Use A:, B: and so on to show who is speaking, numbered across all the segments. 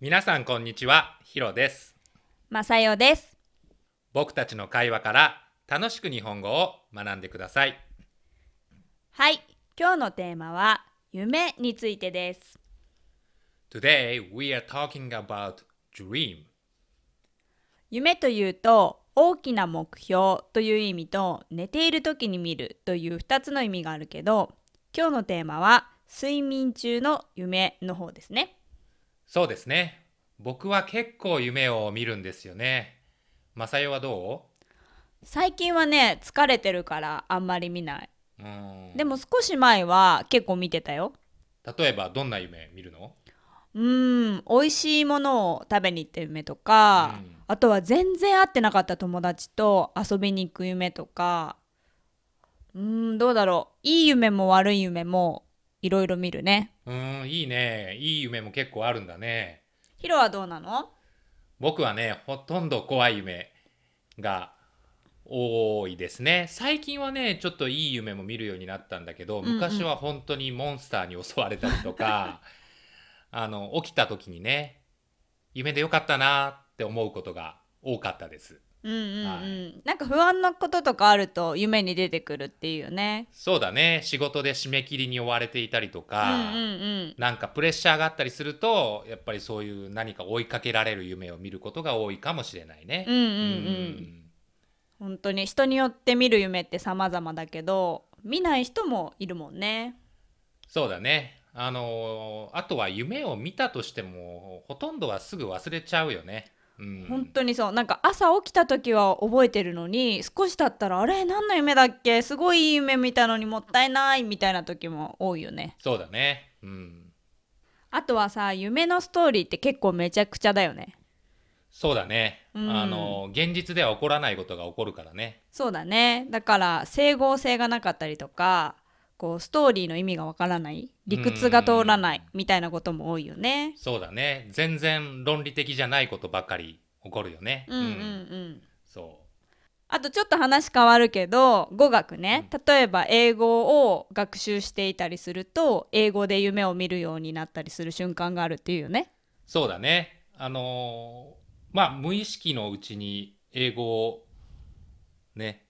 A: 皆さんこんにちはヒロです
B: まさよです。
A: 僕たちの会話から楽しく日本語を学んでください
B: はい、今日のテーマは夢についてです。
A: Today we are talking about dream
B: 夢というと大きな目標という意味と寝ている時に見るという2つの意味があるけど、今日のテーマは睡眠中の夢の方ですね。
A: そうですね僕は結構夢を見るんですよねマサヨはど
B: 最近はね、疲れてるからあんまり見ない。
A: ううーん
B: でも少し前は結構見てたよ。
A: 例えばどんな夢見るの
B: うーん、美味しいものを食べに行った夢とか、
A: うん
B: あとは全然会ってなかった友達と遊びに行く夢とか、うーん、どうだろう。いい夢も悪い夢もいろいろ見るね。
A: うーんいいねいい夢も結構あるんだね
B: ヒロはどうなの
A: 僕はねほとんど怖い夢が多いですね最近はねちょっといい夢も見るようになったんだけど
B: うんうん
A: 昔は本当にモンスターに襲われたりと かあの起きた時にね夢でよかったなって思うことが多かったです
B: うんうんうん、
A: は
B: なんか不安なこととかあると夢に出てくるっていうよね。
A: そうだね仕事で締め切りに追われていたりと
B: うん
A: か、
B: うんうん。
A: なんかプレッシャーがあったりするとやっぱりそういう何か追いかけられる夢を見ることが多いかもしれないね
B: うん。うん
A: う
B: うん。本当に人によって見る夢って様々だけど、見ない人もいるもんね。
A: そうだね。あのーあとは夢を見たとしてもほとんどはすぐ忘れちゃうよね。うん、
B: 本当にそうなんか朝起きた時は覚えてるのに少し経ったらあれ何の夢だっけすごいいい夢見たのにもったいないみたいな時も多いよね
A: そうだね。うん、
B: あとはさ夢のストーリーって結構めちゃくちゃだよね
A: そうだね。
B: うん
A: あのー現実では起こらないことが起こるからね。
B: そうだねだから整合性がなかったりとかこうストーリーの意味がわからない理屈が通らないみたいなことも多いよね
A: そうだね。全然論理的じゃないことばかり起こるよね。
B: うんうんうん
A: そ
B: あとちょっと話変わるけど語学ね、例えば英語を学習していたりすると英語で夢を見るようになったりする瞬間があるっていうよね。
A: う。そうだね。あのーまあ無意識のうちに英語をね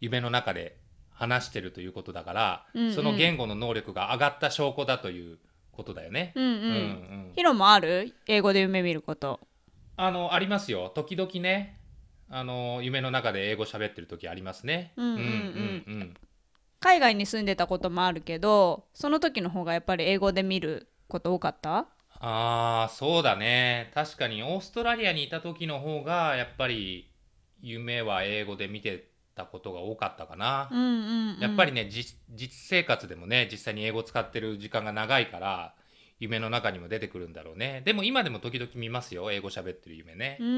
A: 夢の中で話してるということだから、
B: うんうん
A: その言語の能力が上がった証拠だということだよね。
B: うんうん。
A: うんうん
B: ヒロもある英語で夢見ること。
A: あのありますよ時々ねあの夢の中で英語喋ってる時ありますね
B: うんうんうん
A: うんうん
B: 海外に住んでたこともあるけどその時の方がやっぱり英語で見ること多かった
A: ああそうだね確かにオーストラリアにいた時の方がやっぱり夢は英語で見てたことが多かったかな、
B: うんうん、
A: やっぱりね実実生活でもね実際に英語使ってる時間が長いから夢の中にも出てくるんだろうねでも今でも時々見ますよ英語喋ってる夢ね
B: う、
A: うん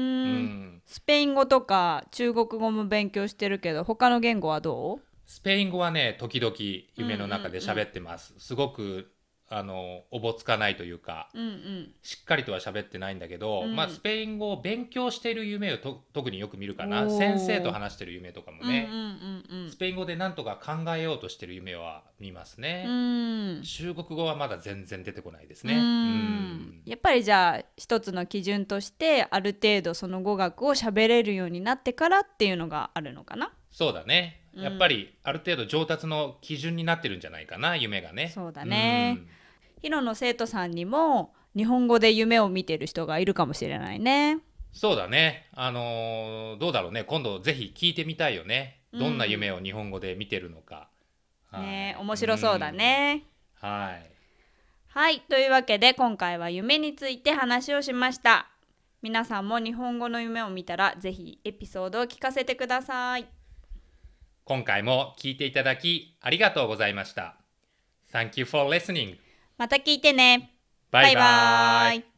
B: んスペイン語とか中国語も勉強してるけど他の言語はどう
A: スペイン語はね時々夢の中で喋ってます、すごくあのおぼつかないというか
B: うんうん
A: しっかりとは喋ってないんだけど、
B: うん
A: まあ、スペイン語を勉強している夢をと特によく見るかな
B: おー
A: 先生と話してる夢とかもね
B: う、んうんうん
A: スペイン語でなんとか考えようとしてる夢は見ます
B: う
A: ね、
B: ん。うん
A: 中国語はまだ全然出てこないですね
B: う
A: うん
B: んやっぱりじゃあ一つの基準としてある程度その語学を喋れるようになってからっていうのがあるのかな、
A: そうだね
B: うん
A: やっぱりある程度上達の基準になってるんじゃないかな夢がね
B: そうだねヒロの生徒さんにも日本語で夢を見てる人がいるかもしれないね
A: そうだね。あのーどうだろうね。今度ぜひ聞いてみたいよね。
B: うん
A: どんな夢を日本語で見てるのか。はい
B: ね面白そうだ。ね、
A: うんはい。
B: はいというわけで今回は夢について話をしました皆さんも日本語の夢を見たらぜひエピソードを聞かせてください
A: 今回も聞いていただきありがとうございました。Thank you for listening.
B: また聞いてね
A: バイバイ。
B: バイバイ